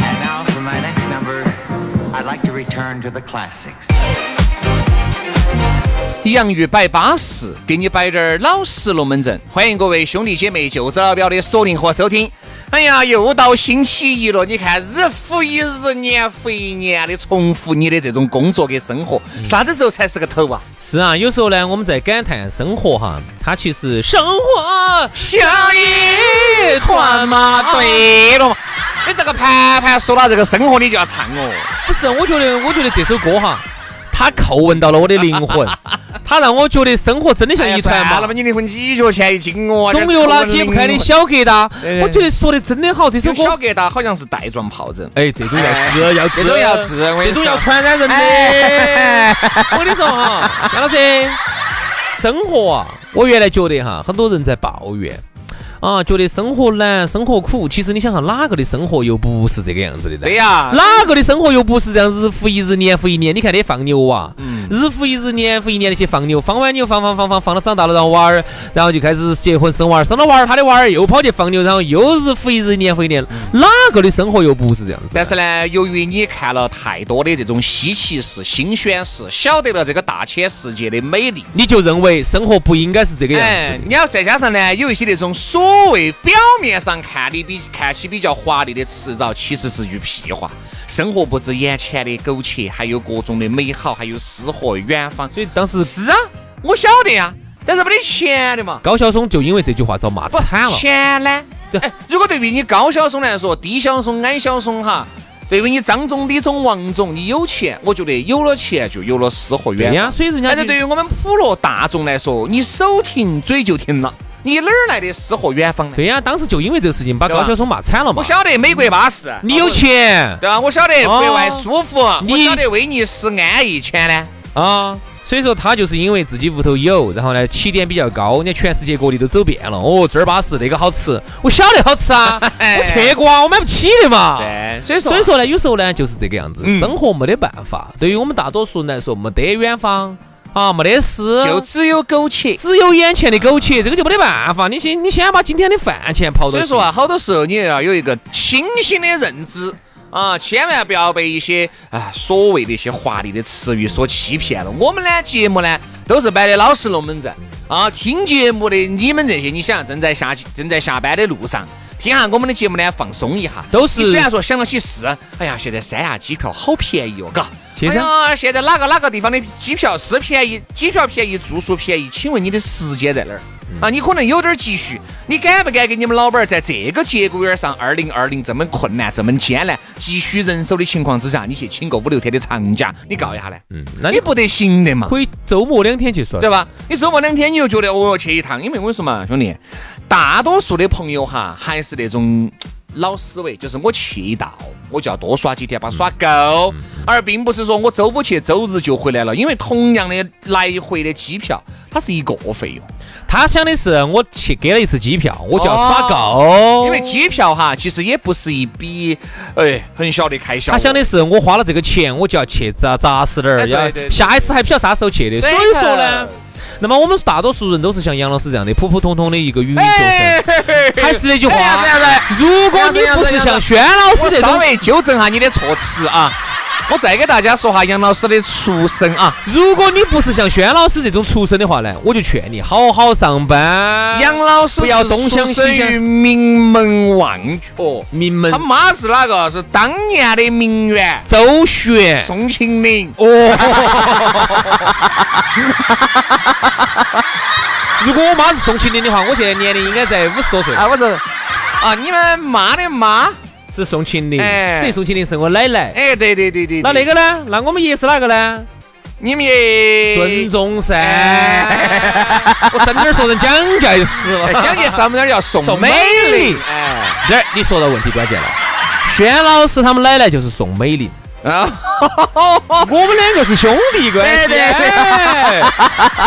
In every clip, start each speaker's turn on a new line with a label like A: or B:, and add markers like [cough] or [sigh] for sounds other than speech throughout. A: And now for my next number, I'd like to return to the classics.
B: 洋芋摆巴适，给你摆点儿老实龙门阵。欢迎各位兄弟姐妹、舅子老表的锁定和收听。哎呀，又到星期一了，你看日复一日、年复一年的重复你的这种工作跟生活，啥子时候才是个头啊？
C: 嗯是啊，有时候呢，我们在感叹生活哈，它其实生活啊
B: 像一团麻，对了嘛，你哎这个盘盘说到这个生活，你就要唱哦。
C: 不是，我觉得，我觉得这首歌哈，它叩问到了我的灵
B: [laughs]
C: 魂，它让我觉得生活真的像
B: 哎呀
C: [laughs] 一团
B: 算
C: 麻
B: 了吧，。你灵魂几角钱一斤哦，
C: 总有那解不开的小疙瘩
B: 对对，
C: 我觉得说的真的好，这首
B: 这
C: 歌
B: 小，疙瘩，好像是带状疱疹。
C: 哎，这种要
B: 哎
C: 治，要治，
B: 这种要治我跟你哎
C: 这种要
B: 说
C: 传染人的。我跟你说哈，杨老师，生活啊，我原来觉得哈，很多人在抱怨啊，觉得生活难，生活苦。其实你想想，哪个的生活又不是这个样子的呢？
B: 对呀，
C: 哪个的生活又不是这样日复一日、年复一年？你看那放牛啊，日复一日、年复一年那些放牛，放完牛放放放放放到长大了，然后娃儿，然后就开始结婚生娃儿，生了娃儿，他的娃儿又跑去放牛，然后又日复一日、年复一年。哪个的生活又不是这样子的？
B: 但是呢，由于你看了太多的这种稀奇事、新鲜事，晓得了这个大千世界的美丽。
C: 你就认为生活不应该是这个样
B: 哎
C: 子，的？
B: 你要再加上呢，有一些那种所谓表面上看的比看起比较华丽的辞藻，其实是句屁话。生活不止眼前的苟且，还有各种的美好，还有诗和远方。
C: 所以当时
B: 是啊，我晓得呀、但是没得钱的嘛。
C: 高晓松就因为这句话遭骂
B: 不
C: 惨了。
B: 钱呢？
C: 对
B: 哎，如果对于你高晓松来说，低晓松、矮晓松哈，对于你张总、李总、王总，你有钱，我觉得有了钱就有了诗和
C: 对
B: 远
C: 呀、
B: 方。
C: 所以人家
B: 但是对于我们普罗大众来说，你手停嘴就停了，你哪儿来的诗和远方呢？
C: 对呀、当时就因为这个事情把
B: 对吧
C: 高晓松骂惨了嘛
B: 我。晓得美国巴士，
C: 你有，钱
B: 对吧？我晓得
C: 哦
B: 国外舒服，我
C: 你
B: 晓得威尼斯安逸，钱呢？
C: 啊，所以说他就是因为自己屋头有，然后呢起点比较高，你看全世界各地都走遍了。哦，这儿巴适，那个好吃，我晓得好吃 [laughs] 啊，我去过啊，我买不起的嘛。
B: 对，啊所以说，
C: 所以说呢，有时候呢就是这个样子，
B: 嗯
C: 生活没得办法。对于我们大多数人来说，没得远方啊，没得诗，
B: 就只有苟且。
C: 只有眼前的苟且，这个就没得办法。你先，你先把今天的饭钱刨到。
B: 所以说啊，，好多时候你要有一个清醒的认知啊，千万不要被一些啊所谓的一些华丽的词语所欺骗了。我们呢节目呢都是摆的老实龙门阵啊，听节目的你们这些，你想正在下正在下班的路上。听下我们的节目呢，放松一下。
C: 都是
B: 你虽然说想了些事，哎呀，现在三亚机票好便宜哦，嘎。
C: 其实
B: 哎呀，现在哪个哪个地方的机票是便宜，机票便宜，住宿便宜，请问你的时间在哪儿？
C: 嗯
B: 啊，你可能有点积蓄，你敢不敢给你们老板儿在这个节骨眼儿上，二零二零这么困难、这么艰难、急需人手的情况之下，你去请个五六天的长假，你告一下呢？
C: 嗯，那
B: 你
C: 你
B: 不得行的嘛，
C: 可以周末两天去耍。
B: 对吧？你周末两天你又觉得哦哟去一趟，因为我跟你说嘛，兄弟，大多数的朋友哈还是那种老思维，就是我去一道我就要多耍几天，把它耍
C: 嗯
B: 够，而并不是说我周五去，周日就回来了，因为同样的来回的机票，它是一个费用。
C: 他想的是，我去给了一次机票，我就要耍够、哦
B: 因为机票哈，其实也不是一笔哎很小的开销。
C: 他想的是，我花了这个钱，我就要去扎扎实点
B: 哎
C: 儿，
B: 对
C: 要
B: 对对
C: 下一次还不晓得啥时候去的。所以
B: 对头
C: 说呢，那么我们大多数人都是像杨老师这样的普普通通的一个芸芸众生。还是那句话
B: 哎呀这样子，
C: 如果你不是像轩老师
B: 我
C: 这
B: 稍
C: 种，
B: 微纠正下你的措辞啊。我再给大家说下杨老师的出身啊，
D: 如果你不是像轩老师这种出身的话呢，我就劝你好好上班。
B: 杨老师
D: 不要东想西
B: 是出生于
D: 想，
B: 名门望族，
D: 名门
B: 他妈是哪个？是当年的名媛
D: 周旋。
B: 宋庆龄。
C: 哦 [laughs]
D: 如果我妈是宋庆龄的话，我现在年龄应该在五十多岁，
B: 啊，我是啊，你们妈的妈。
D: 是宋庆龄。
B: 哎
D: 等于宋庆龄是我奶奶。
B: 哎，对对对对。
D: 那那
B: 个
D: 个呢？那我们爷是哪个呢？
B: 你们也哎
D: 孙中山。我差点儿说成蒋介石了
B: 哎。蒋介石他们那儿叫宋
D: 宋
B: 美
D: 美
B: 龄
D: 龄。
B: 哎，
D: 这儿你说到问题关键了。轩老师他们奶奶就是宋美龄，
B: 啊，
D: [laughs] 我们两个是兄弟关系。
B: 对对对
D: [laughs] 哎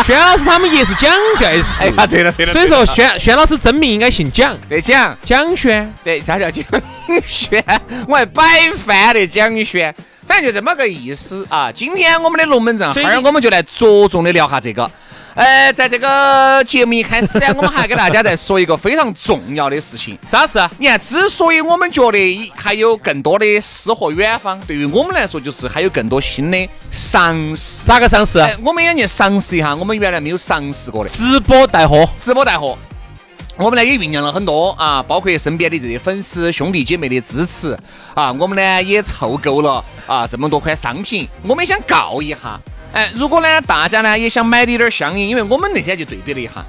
D: 轩老师他们爷是蒋介石，
B: 哎呀，对了对了，
D: 所以说轩轩老师真名应该姓蒋，
B: 对讲，
D: 蒋轩。
B: 对，他叫蒋轩，我还摆翻的蒋轩。反正就这么个意思啊！今天我们的龙门阵，
D: 所以
B: 哈儿我们就来着重的聊下这个。呃，在这个节目一开始呢，我们还给大家再说一个非常重要的事情。
D: 啥事？
B: 你看，之所以我们觉得还有更多的诗和远方，对于我们来说，就是还有更多新的尝试。
D: 咋个上市？啊
B: 哎，我们也去尝试一下，我们原来没有尝试过的
D: 直播带货。
B: 直播带货。我们呢也酝酿了很多啊，包括身边的这些粉丝兄弟姐妹的支持啊，我们呢也凑够了啊这么多款商品，我们也想告一下。哎，如果呢大家呢也想买的有点相应，因为我们那天就对比了一下，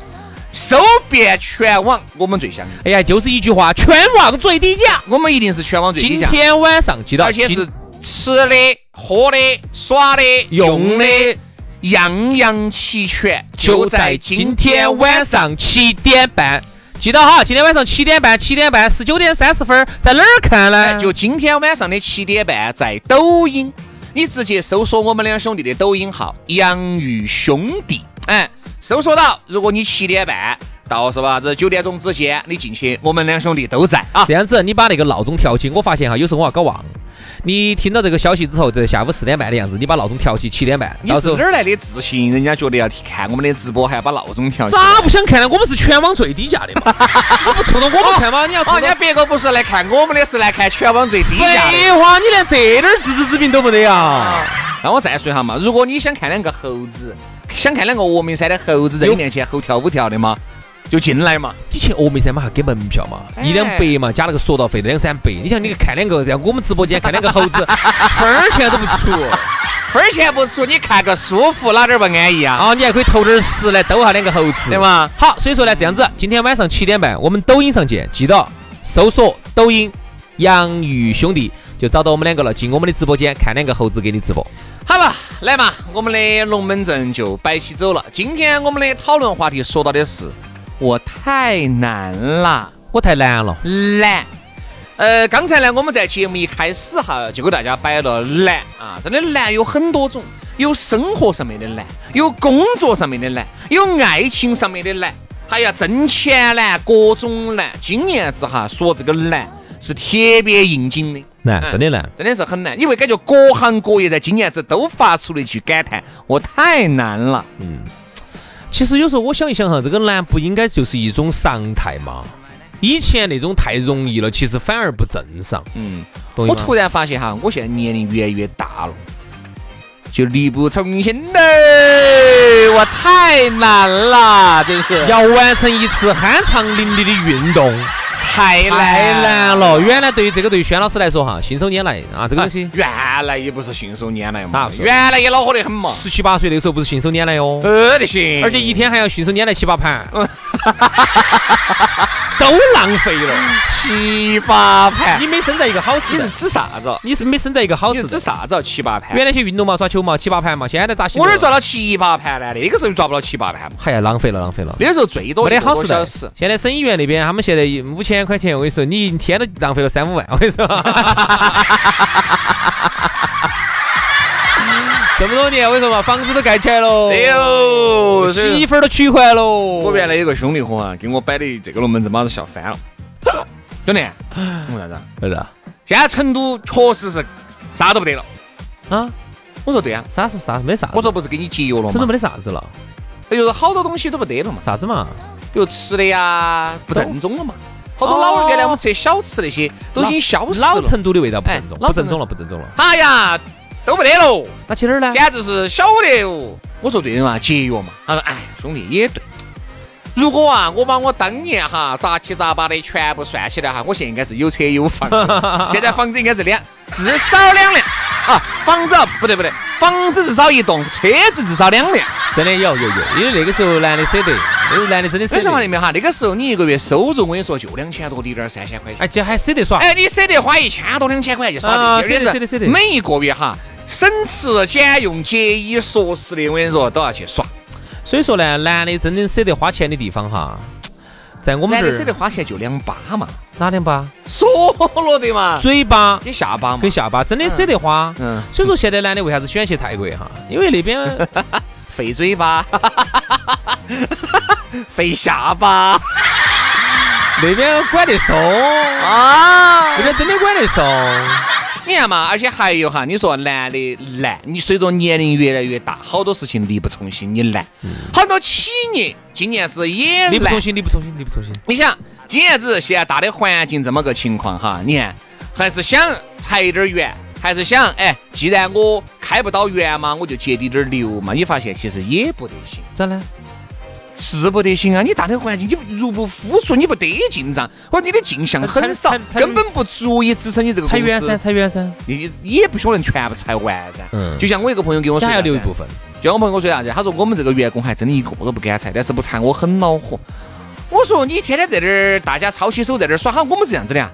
B: 搜遍全网我们最相应，
D: 哎呀，就是一句话，全网最低价。
B: 我们一定是全网最低
D: 今
B: 价。
D: 天晚上记到，
B: 而且
D: 今
B: 是吃的、喝的、耍的、
D: 用
B: 用
D: 的
B: 的，样样齐全，
D: 就在今天晚。上七点半。记到哈，今天晚上七点半，七点半，十九点三十分，在哪儿看
B: 哎，
D: 呢？
B: 就今天晚上的七点半，在抖音，你直接搜索我们两兄弟的抖音号“杨玉兄弟”，哎，搜索到，如果你七点半到是吧？这九点钟之间你进去，我们两兄弟都在啊。
D: 这样子，你把那个闹钟调起。我发现哈，有时候我啊要搞忘。你听到这个消息之后，在下午四点半的样子，你把闹钟调起七点半，
B: 你
D: 到时
B: 是
D: 候
B: 哪儿来的自信？人家觉得要看我们的直播，还要把闹钟调起来。
D: 咋不想看呢？我们是全网最低价的嘛，我不冲着我们看吗？你啊要冲
B: 哦，
D: 着 [laughs]
B: 人家别个不是来看我们的，是来看全网最低价的。
D: 废话，你连这点儿自知之明都没得呀！
B: 那我再说一下嘛，如果你想看两个猴子，想看两个峨眉山的猴子在你面前吼跳舞跳的嘛，就进来嘛。
D: 以前峨眉山嘛还给门票嘛，一两百嘛，加那个索道费两三百。你想你看两个，在我们直播间看两个猴子， [laughs] 分儿钱都不出
B: 分儿钱不出，你看个舒服，哪点不安逸啊？
D: 啊！你还可以投点儿石来兜下两个猴子，
B: 对？吗？
D: 好，所以说呢，这样子，今天晚上七点半，我们抖音上见，记得搜索抖音杨宇兄弟，就找到我们两个了，进我们的直播间看两个猴子给你直播。
B: 好吧，来嘛，我们的龙门阵就摆起走了。今天我们的讨论话题说到的是，我太难了，
D: [laughs] 我太难了，
B: 难。呃，刚才呢，我们在节目一开始哈，就给大家摆了难啊，真的难有很多种，有生活上面的难，有工作上面的难，有爱情上面的难，还要挣钱难，各种难。今年子哈，说这个难是特别应景的。
D: 难，
B: 嗯
D: 真的难。
B: 真的是很难，因为感觉各行各业在今年子都发出了一句感叹：我太难了。
D: 其实有时候我想一想哈，这个难不应该就是一种常态吗？以前那种太容易了，其实反而不正常。
B: 嗯，
D: 懂
B: 我
D: 吗
B: 突然发现哈，我现在年龄越来越大了，就力不从心嘞，我太难了，真是
D: 要完成一次酣畅淋漓的运动，
B: 太
D: 太难
B: 了。
D: 了。原来对于这个对于轩老师来说哈，信手拈来啊，这个东西
B: 啊原来也不是信手拈来
D: 那
B: 嘛
D: 不，是
B: 原来也恼火得很嘛，
D: 十七八岁那个时候不是信手拈来哦，
B: 呃得行，
D: 而且一天还要信手拈来七
B: [laughs]
D: 八盘，都浪费了。
B: 七八盘，
D: 你没生在一个好
B: 哎
D: 时
B: 你是
D: 代，
B: 指啥子？
D: 你是没生在一个好
B: 你
D: 时
B: 是指
D: 代。
B: 啥子？七八盘？
D: 原来些运动嘛，抓球嘛，七八盘嘛，现在咋行？
B: 我哪儿抓到七八盘呢？那个时候就抓不到七八盘嘛。
D: 哎呀，浪费了，浪费了。
B: 那时候最多
D: 没得
B: 一个
D: 好
B: 多
D: 时
B: 小
D: 代
B: 时。。
D: 现在省医院那边，他们现在五千块钱，我跟你说，你一天都浪费了三五万，我跟
B: [laughs]
D: 你说。这么多年，我跟你说嘛，房子都盖起来喽，
B: 哎呦，
D: 媳妇儿都娶回来喽。
B: 我原来有个兄弟伙啊，给我摆的这个龙门阵，把我笑翻了。兄弟，我啥子啊？
D: 儿子
B: 现在成都确实是啥都不得了。
D: 啊，
B: 我说对啊，
D: 啥时候啥没啥子，
B: 我说不是给你节约了
D: 成都
B: 嘛，
D: 没得啥子了，
B: 那就是好多东西都不得了嘛，
D: 啥子嘛？
B: 比如吃的呀不正宗了嘛，好多
D: 哦
B: 老原来我们吃的小吃那些都已经消失啊
D: 老
B: 了。
D: 成都的味道不正宗，
B: 哎老
D: 不
B: 成
D: 正宗了，不正宗了。
B: 哎呀，都没得了，
D: 那去哪儿呢？
B: 简直是晓不得哦。啊我说对的嘛，节约嘛。他说，哎，兄弟也对。如果啊，我把我当年哈杂七杂八的全部算起来哈，我现在应该是有车有房的， [laughs] 现在房子应该是两，至少两辆啊，房子不对不对，房子至少一栋，车子至少两辆。
D: 真的有有有，因为那个时候男的舍得，那个男的真的舍
B: 你
D: 得
B: 说嘛，里。面哈，那个时候你一个月收入，我跟你说就两千多滴点儿，三千块钱。
D: 哎，这还舍得耍，
B: 哎，你舍得花一千多两千块就耍
D: 啊
B: 这些，
D: 舍
B: 而且
D: 得舍得舍
B: 是
D: 得
B: 每一个月哈，省吃俭用、节衣缩食的，我跟你说都要去耍。
D: 所以说呢，男的真正舍得花钱的地方哈，在我们
B: 男
D: 这
B: 的舍得
D: 儿
B: 花钱就两巴嘛，
D: 哪点吧？
B: 说了的嘛，
D: 嘴巴
B: 你下巴嘛
D: 跟，下巴真的舍得花。
B: 啊嗯，
D: 所以说现在男的为啥子喜欢去泰国哈？因为
B: [laughs]
D: 那边
B: 肥嘴
D: [laughs]
B: 巴，肥下巴
D: 那边管得松，
B: 啊哎
D: 那！边真的管得松。
B: 你看嘛，而且还有哈，你说男的烂，你随着年龄越来越大，好多事情力不从心，你烂，很多企业今年子也
D: 嗯力不
B: 烂
D: 从。心，力不从心，力不从心。
B: 你想，今年子现在大的环境这么个情况哈，你看还是想裁一点儿员，还是想哎，既然我开不到源嘛，我就节滴点儿流嘛。你发现其实也不得行，
D: 咋呢？
B: 是不得行啊！你大的环境，你入不敷出，你不得进账，或者你的进项很少
D: 裁裁，裁
B: 根本不足以支撑你这个
D: 裁
B: 公
D: 员噻，
B: 司。
D: 裁员噻，
B: 你也不可能全部裁完噻。
D: 嗯
B: 就像我一个朋友给我说
D: 他还
B: 啥
D: 要
B: 子，
D: 留一部分。
B: 就像我朋友跟我说啥子，他说我们这个员工还真的一个都不敢裁，但是不裁我很恼火。我说你天天在这儿大家操起手在这儿耍，好，我们是这样子的啊，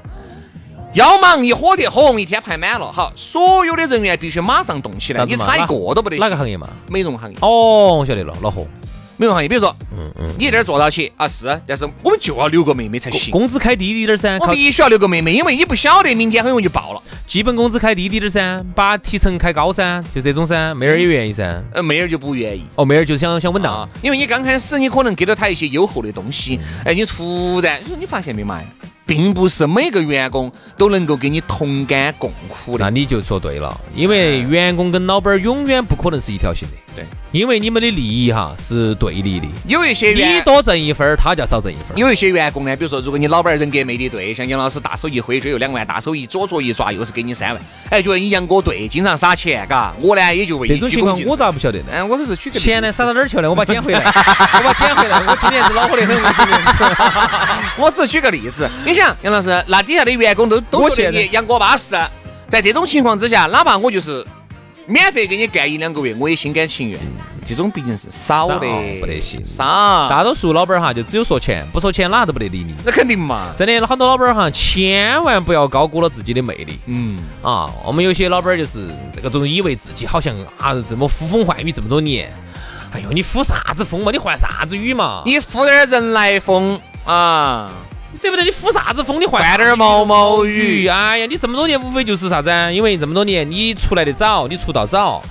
B: 要忙一火得红，一天排满了，好，所有的人员必须马上动起来，
D: 啥子
B: 你
D: 嘛
B: 差一啊个都不得
D: 哪个
B: 行。
D: 行业嘛？
B: 美容行业，
D: 哦，我晓得了，恼火。
B: 美容行业，比如说
D: 嗯嗯，
B: 你在这儿做到起啊是，但是我们就要留个妹妹才行。
D: 工资开低一点儿噻，
B: 我
D: 靠
B: 必须要留个妹妹，因为你不晓得明天很容易就爆了。
D: 基本工资开低低点儿噻，把提成开高噻，就这种噻，妹儿也愿意噻。
B: 呃，妹儿就不愿意。
D: 哦，妹儿就想想稳
B: 啊
D: 当，，
B: 因为你刚开始你可能给了他一些优厚的东西，
D: 嗯
B: 哎，你突然，你说你发现没嘛？并不是每个员工都能够跟你同甘共苦
D: 那
B: 的。
D: 你就说对了，因为员工跟老板儿永远不可能是一条心的，
B: 对，
D: 因为你们的利益哈是对立的，
B: 有一些
D: 你
B: 员，
D: 多挣一分儿，他就要少挣一分儿。
B: 有一些员工呢，比如说，如果你老板人格没得对，像杨老师大手一挥就有两万，大手一左左一抓又是给你三万，哎，觉得你杨哥对，经常撒钱，嘎，我呢也就为
D: 这种情况哎我咋不晓得呢？
B: 嗯，我只是举个
D: 钱呢
B: 例
D: 撒
B: 子，
D: 到哪儿去了？我把捡回来， [laughs]
B: [laughs]
D: 我把捡回来。我今年是恼火得很，我今年是。
B: [laughs] 我只是举个例子。你想，杨老师，那底下的员工都都
D: 我
B: 觉
D: 现
B: 得
D: 在
B: 你杨哥巴适，在这种情况之下，哪怕我就是免费给你干一两个月，我也心甘情愿。这种毕竟是少的，
D: 嗯少不得行
B: 少，
D: 大多数老板儿哈就只有说钱，不说钱哪都不得理你。
B: 那肯定嘛。
D: 真的，很多老板儿哈，千万不要高估了自己的魅力。
B: 嗯，
D: 啊，我们有些老板儿就是这个东西，以为自己好像啊这么呼风唤雨这么多年，哎呦，你呼啥子风嘛？你换啥子雨嘛？
B: 你敷点儿人来疯啊，
D: 对不对？你呼啥子风？你换
B: 换点儿毛毛雨，啊
D: 哎呀，你这么多年无非就是啥子啊？因为这么多年你出来的早，你出道早，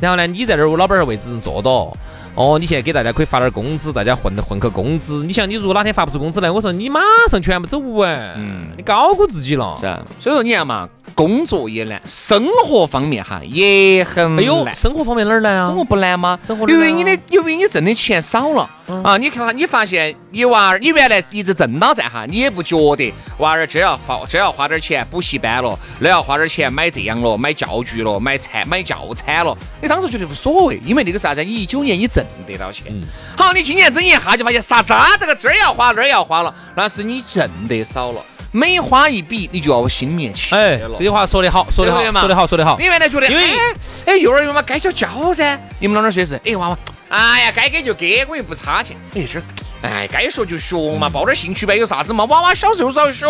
D: 然后呢，你在这儿老板儿位置上坐到。哦，你现在给大家可以发点儿工资，大家混混口工资。你想，你如果哪天发不出工资来，我说你马上全部走完。
B: 嗯
D: 你高估自己了。
B: 是啊。所以说你看嘛，工作也难，生活方面哈也很
D: 哎呦，
B: 难。
D: 生活方面哪儿难啊？
B: 生活不难吗？
D: 生活
B: 因
D: 难啊嗯
B: 为你的，因为你挣的钱少了、啊！你看，你发现你娃儿，你原来一直挣到在哈，你也不觉得娃儿这要花这要花点钱补习班了，那要花点钱买这样了，买教具了，买餐买教餐了，你当时觉得无所谓，因为那个啥子，你一九年你挣得到钱，
D: 嗯
B: 好，你今年整一下就发现啥子啊，这个这儿要花那儿要花了，那是你挣得少了，每花一笔你就要心里面去
D: 哎，
B: 了
D: 这。句话说得好，说得好，
B: 对不对嘛
D: 说得好，说得好
B: 你。原来觉得，
D: 因为
B: 哎哎，幼儿园嘛该教教噻。你们老娘说的是，哎娃娃，哎呀，该给就给，我又不差钱。哎这儿，哎该学就学嘛，报点兴趣班有啥子嘛？娃娃小时候少学。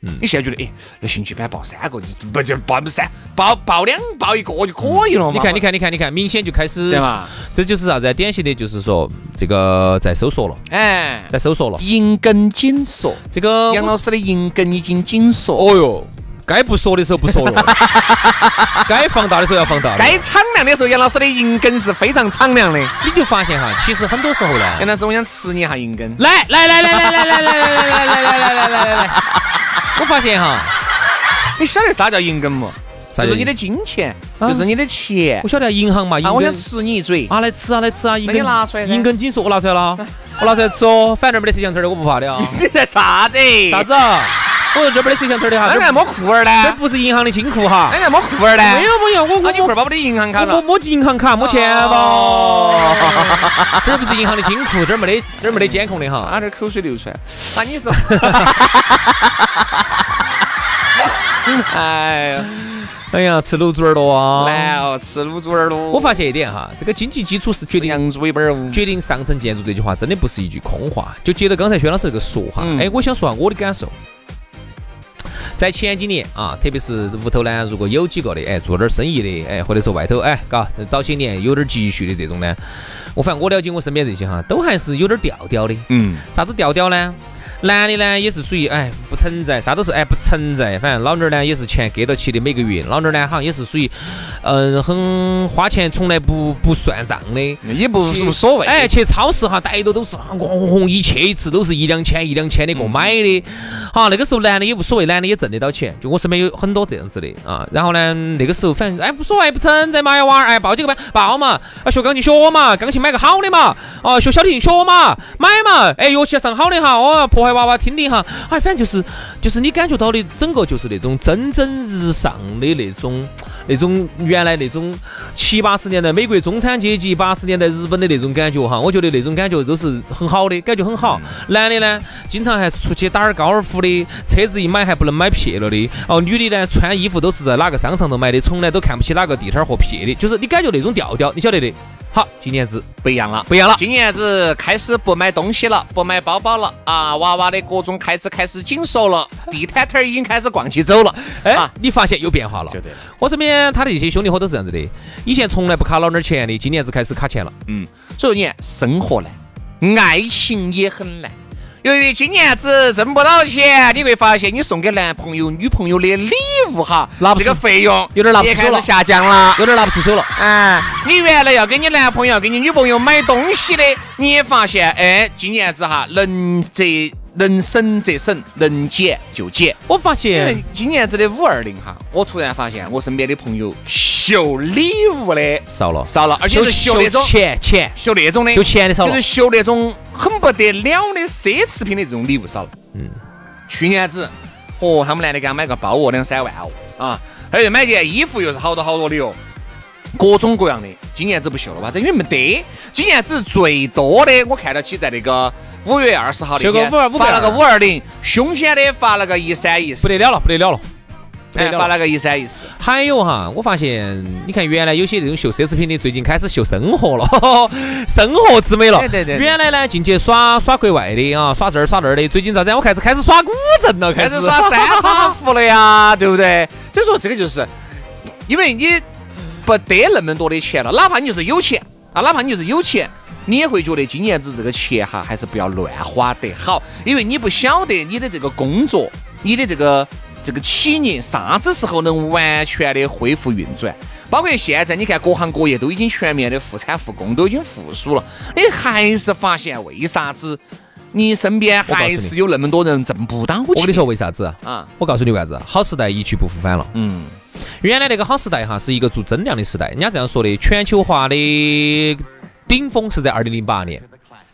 D: 嗯
B: 你现在觉得，哎，那兴趣班报三个，你不就报三，报报两报一个就可以了嘛？
D: 你看，你看，你看，你看，明显就开始
B: 对嘛？
D: 这就是啥子啊？典型的就是说这个在收缩了，
B: 哎，
D: 在收缩了。
B: 银根紧缩，
D: 这个
B: 杨老师的银根已经紧缩，
D: 哦哟，该不说的时候不说了，该放大的时候要放大了。
B: 该敞亮的时候，杨老师的银根是非常敞亮的。
D: 你就发现哈，其实很多时候呢
B: 杨，老师，我想吃你一下银根。
D: 来来来来来来来来来来来来来来来来来，我发现哈，
B: 你晓得啥叫银根不？
D: 啥
B: 就
D: 叫
B: 是你
D: 银
B: 的金钱，
D: 啊
B: 就是你的钱
D: 我。晓得银行嘛，银
B: 啊，
D: 根
B: 我想吃你一嘴。
D: 啊，来吃啊，来吃啊，银
B: 那
D: 根
B: 你拿出来噻
D: 银根紧缩，我拿出来了，我拿出来吃哦，反正没得摄像头的，我不怕的啊。
B: 你在啥子？
D: 啥子？我说这边的谁想腿的哈，
B: 那
D: 这
B: 还摸裤儿呢？
D: 这不是银行的金库哈
B: 那，还摸裤儿呢？
D: 没有没有，我
B: 啊，
D: 我
B: 你裤儿包不得银行卡
D: 我我
B: 了？
D: 摸银行卡摸钱
B: 哦
D: 包，
B: [laughs]
D: 这儿不是银行的金库，这儿没得这儿没得监控的哈。
B: 啊，这口水流出来了。啊，你说。 [laughs] 哎呀，
D: 哎呀，吃卤猪耳朵啊！
B: 难哦，吃卤猪耳朵。
D: 我发现一点哈，这个经济基础是决定
B: 羊猪尾巴儿哦。
D: 决定上层建筑这句话真的不是一句空话。就接着刚才薛老师那个说哈，
B: 嗯
D: 哎，我想说下我的感受。在前几年啊，特别是屋头呢，如果有几个的，哎，做点儿生意的，哎，或者说外头，哎，嘎，早些年有点儿积蓄的这种呢，我反正我了解我身边这些哈，都还是有点儿调调的。
B: 嗯，
D: 啥子调调呢？男的呢也是属于哎不存在，啥都是哎不存在，反正老娘儿呢也是钱给到起的每个月，老娘儿呢好像也是属于嗯很花钱从来不不算账的。
B: 也不是无所谓。
D: 哎，，去超市哈，逮到都是啊轰轰轰，一去一次都是一两千一两千的
B: 嗯
D: 给我买的。好，那个时候男的也无所谓，男的也挣得到钱，就我身边有很多这样子的啊。然后呢，那个时候反正哎无所谓，不存在嘛，哎娃儿，哎报几个班报嘛，啊学钢琴学嘛，钢琴买个好的嘛，哦学小提琴学嘛，买嘛，哎乐器上好的哈，哦破坏娃娃听听哈，哎反正就是就是你感觉到的整个就是那种蒸蒸日上的那种。那种原来那种七八十年代美国中产阶级，八十年代日本的那种感觉哈，我觉得那种感觉都是很好的，感觉很好。
B: 嗯
D: 男的呢，经常还出去打点高尔夫的，车子一买还不能买撇了的。哦，女的呢，穿衣服都是在哪个商场头买的，从来都看不起哪个地摊儿和撇的，就是你感觉那种调调，你晓得的。好，今年子
B: 不一样了。
D: 不一样了。
B: 今年子开始不买东西了，不买包包了啊，娃娃的各种开支开始紧缩了，地摊摊儿已经开始逛起走了。
D: 哎，
B: 啊
D: 你发现有变化了。
B: 就对了
D: 我身边他的一些兄弟伙都是这样子的，以前从来不卡老娘儿钱的，今年子开始卡钱了。
B: 嗯，所以你看，生活难，爱情也很难。由于今年子挣不到钱，你会发现你送给男朋友、女朋友的礼物哈，
D: 拿不
B: 这
D: 出
B: 个费用
D: 有点拿不
B: 也
D: 出
B: 开
D: 了
B: 始下降了。
D: 有点拿不出手了。
B: 哎，你原来要给你男朋友、给你女朋友买东西的，你也发现，哎，今年子哈，能这能省则省，能减就减。
D: 我发
B: 因
D: 现
B: 为今年子的五二零哈，我突然发现我身边的朋友秀礼物的
D: 少了，
B: 少了，而且是秀那种
D: 钱钱，
B: 秀那种的，
D: 哎就钱的少了
B: 就是秀那种很不得了的奢侈品的这种礼物少了。嗯，去年子，哦，他们男的给他买个包哦，两三万哦，啊，而且买件衣服又是好多好多的哦。各种各样的，今年子不秀了吧？这因为没得，今年子最多的我看到起在那个五月二十号那
D: 秀个
B: 天
D: 522
B: 发了个五二零，凶险的发了个一三一
D: 不
B: 四，
D: 得了了，不得了了。不得
B: 哎，
D: 了
B: 发
D: 了
B: 了个一三一四，
D: 还有哈，我发现，你看原来有些这种秀奢侈品的，最近开始秀生活了， [laughs] 呵呵生活之美了。
B: 对对对对
D: 原来呢，进去耍耍国外的啊，耍这儿耍那儿的，最近咋子啊？我开始开始耍古镇了，
B: 开
D: 开
B: 始耍
D: [laughs]
B: 三叉斧了呀，对不对？所以说这个就是，因为你不得那么多的钱了，哪怕你就是有钱啊，哪怕你就是有钱，你也会觉得今年子这个钱哈，还是不要乱花得好，因为你不晓得你的这个工作，你的这个这个企业啥子时候能完全的恢复运转。包括现在，你看各行各业都已经全面的复产复工，都已经复苏了，你还是发现为啥子你身边
D: 我告诉你
B: 还是有那么多人挣不到钱？
D: 我跟你说为啥子啊？
B: 啊，
D: 我告诉你为啥子啊，好时代一去不复返了。
B: 嗯，
D: 原来那个好时代哈，是一个做增量的时代。人家这样说的，全球化的顶峰是在二零零八年，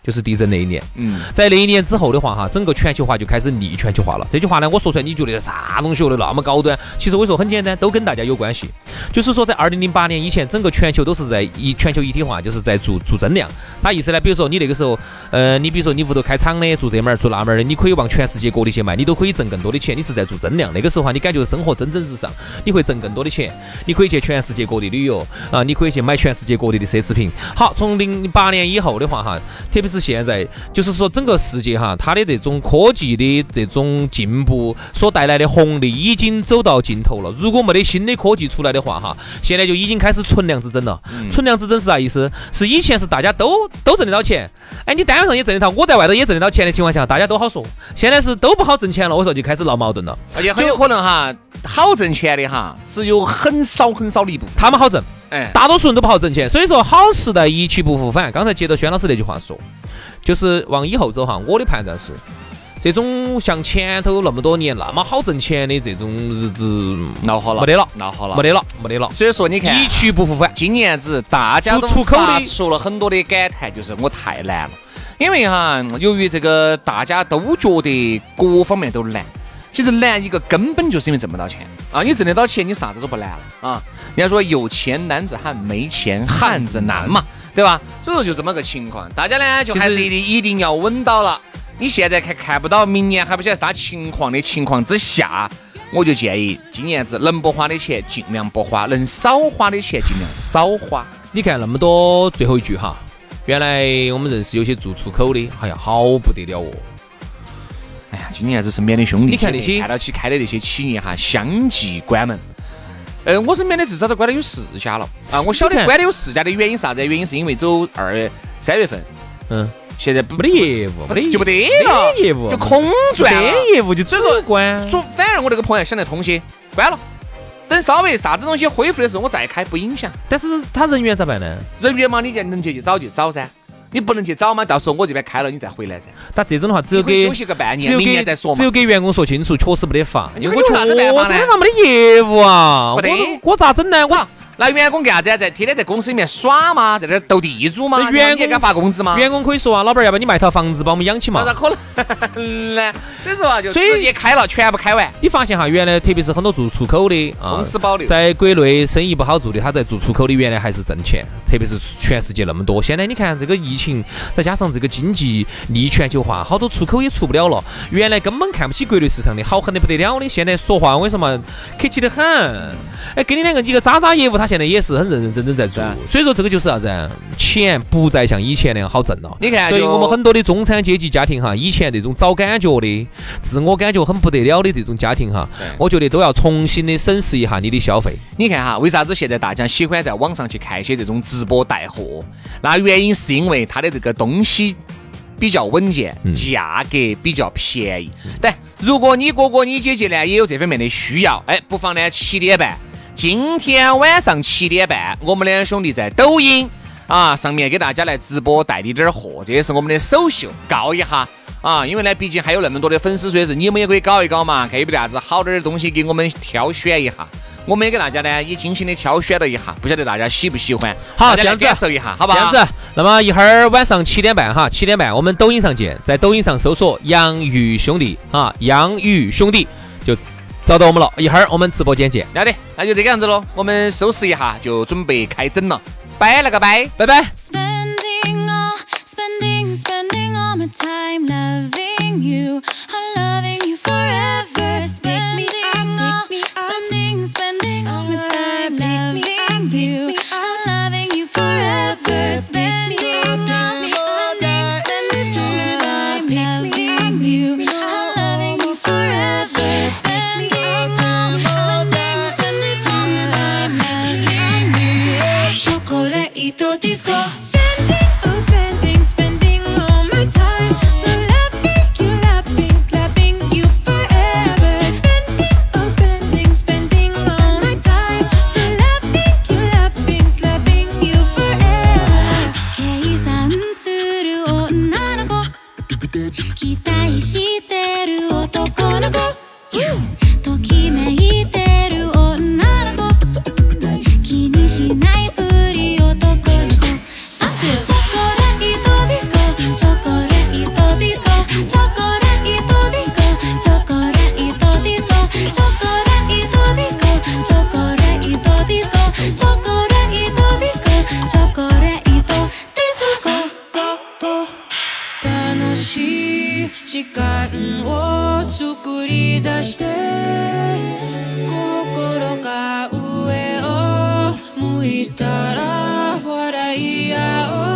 D: 就是地震那一年。
B: 嗯，
D: 在那一年之后的话哈，整个全球化就开始逆全球化了。这句话呢，我说出来你觉得啥东西哦的那么高端？其实我说很简单，都跟大家有关系。就是说，在二零零八年以前，整个全球都是在一全球一体化，就是在做做增量。啥意思呢？比如说你那个时候，呃，你比如说你屋头开厂的，做这门儿做那门儿的，你可以往全世界各地去卖，你都可以挣更多的钱。你是在做增量，那个时候哈，你感觉生活蒸蒸日上，你会挣更多的钱。你可以去全世界各地旅游啊，你可以去买全世界各地的奢侈品。好，从零八年以后的话哈，特别是现在，就是说整个世界哈，它的这种科技的这种进步所带来的红利已经走到尽头了。如果没得新的科技出来的话哈，现在就已经开始存量之争了。存量之争是啥意思？是以前是大家都都挣得到钱，哎，你单位上也挣得到，我在外头也挣得到钱的情况下，大家都好说。现在是都不好挣钱了，我说就开始闹矛盾了。
B: 而且很有可能哈，好挣钱的哈，只有很少很少的一部分。
D: 他们好挣。
B: 哎，
D: 大多数人都不好挣钱，所以说好时代一去不复返。刚才接着轩老师那句话说，就是往以后走哈，我的判断是，这种像前头那么多年那么好挣钱的这种日子
B: 闹好了，
D: 没得了
B: 闹好了，
D: 没得了，没得了，
B: 所以说你看，
D: 一去不复返。
B: 今年子大家都
D: 出出口的
B: 发出了很多的感叹，就是我太难了，因为哈，由于这个大家都觉得各方面都难，其实难一个根本就是因为挣不到钱啊！你挣得到钱，你啥子都不难了啊！人家说有钱男子汉，没钱汉子难嘛，对吧？所以说就这么个情况，大家呢就还是一定一定要稳到了。你现在看看不到，明年还不晓得啥情况的情况之下，我就建议今年子能不花的钱尽量不花，能少花的钱尽量少花。
D: 你看那么多最后一句哈，原来我们认识有些做出口的，哎呀，好不得了哦。
B: 哎呀，今年还是身边的兄弟，
D: 你看那些
B: 看到起开的那些企业哈，相继关门。呃，我身边的至少都关了有四家了啊！我晓
D: 你
B: 得
D: 看
B: 关了有四家的原因啥子？原因是因为走二月、三月份，
D: 嗯，
B: 现在不
D: 没得业务，没得
B: 就没得了
D: 没得业务，
B: 就空转了
D: 没得业务就主观。
B: 说反而我这个朋友想得通些，关了。等稍微啥子东西恢复的时候，我再开不影响。
D: 但是他人员咋办呢？
B: 人员嘛，你能去去找就找噻，你不能去找嘛，到时候我这边开了，你再回来噻。
D: 他这种的话，只有
B: 你可以
D: 给
B: 休息个半年
D: 只有
B: 明年
D: 给
B: 再说嘛
D: 只有给员工说清楚，确实没得法，
B: 你
D: 因为
B: 说
D: 我
B: 有啥子办法呢
D: 确实他妈没得业务啊，
B: 没得啊
D: 我我咋整呢？我
B: 那员工干啥子啊？在天天在公司里面耍吗？在这儿斗地主吗？
D: 那
B: 然后
D: 呃员
B: 你也
D: 工
B: 敢发工资吗？啊
D: 员工可以说啊，老板，要不然你卖套房子把我们养起嘛
B: 那？咋可能 [laughs] 呢？所以说啊就
D: 所以
B: 直接开了，全部开完，
D: 你发现哈，原来特别是很多做出口的啊，
B: 公司保留
D: 在国内生意不好做的，他在做出口的原来还是挣钱，特别是全世界那么多，现在你看这个疫情，再加上这个经济逆全球化，好多出口也出不了了。原来根本看不起国内市场的，好狠的不得了的，现在说话我跟你说嘛，客气得很。哎，跟你两个一个渣渣业务，他现在也是很认认真真在做
B: 是啊，
D: 所以说这个就是啥子啊，钱不再像以前那样好挣了。
B: 你看
D: 所以
B: 就
D: 我们很多的中产阶级家庭哈，以前那种找感觉的、自我感觉很不得了的这种家庭哈
B: 对，
D: 我觉得都要重新的审视一下你的消费。
B: 你看哈，为啥子现在大家喜欢在网上去看一些这种直播带货？那原因是因为它的这个东西比较稳健，
D: 嗯
B: 价格比较便宜。但如果你哥哥、你姐姐呢也有这方面的需要，哎，不妨呢七点半，今天晚上七点半，我们两兄弟在抖音啊上面给大家来直播带你点儿货，这也是我们的首秀，告一下。啊，因为呢，毕竟还有那么多的粉丝，所以是你们也可以搞一搞嘛，看有没得啥子好点儿的东西给我们挑选一下。我们也给大家呢，也精心的挑选了一下，不晓得大家喜不喜欢？
D: 好
B: 大家来
D: 这样子
B: 感
D: 啊
B: 受一下，好
D: 这
B: 吧？
D: 样子，那么一会儿晚上七点半哈，七点半我们抖音上见，在抖音上搜索“杨宇兄弟”啊，“杨宇兄弟”就找到我们了。一会儿我们直播间见，
B: 要得，那就这个样子喽。我们收拾一下，就准备开整了。拜了个拜。
D: 拜拜。
E: Spending all, spending, spending all my time loving you. I'm loving you forever. Spending all, spending, spending all my time loving you. I'm loving you forever. Spending all, spending, spending all my time loving you. I'm loving you forever. Spending all, spending, spending all my time loving you. Chocolatito disco. Spending, oh, spending, spending all my time. So loving you, loving, loving you forever. Spending, oh, spending, spending all my time. So loving you, loving, loving you forever. 計算する女の子。期待してる男の子。ときめいてる女の子。気にしないふり男の子アスチョコレートディスコチョコレートディスコチョコレートディスコチョコレートディスコチョコレートディスコチョコレートディスコチョコレートディスコチョコレートディスコ
F: 楽しい時間を作り出して心が上を向いたら笑い合おう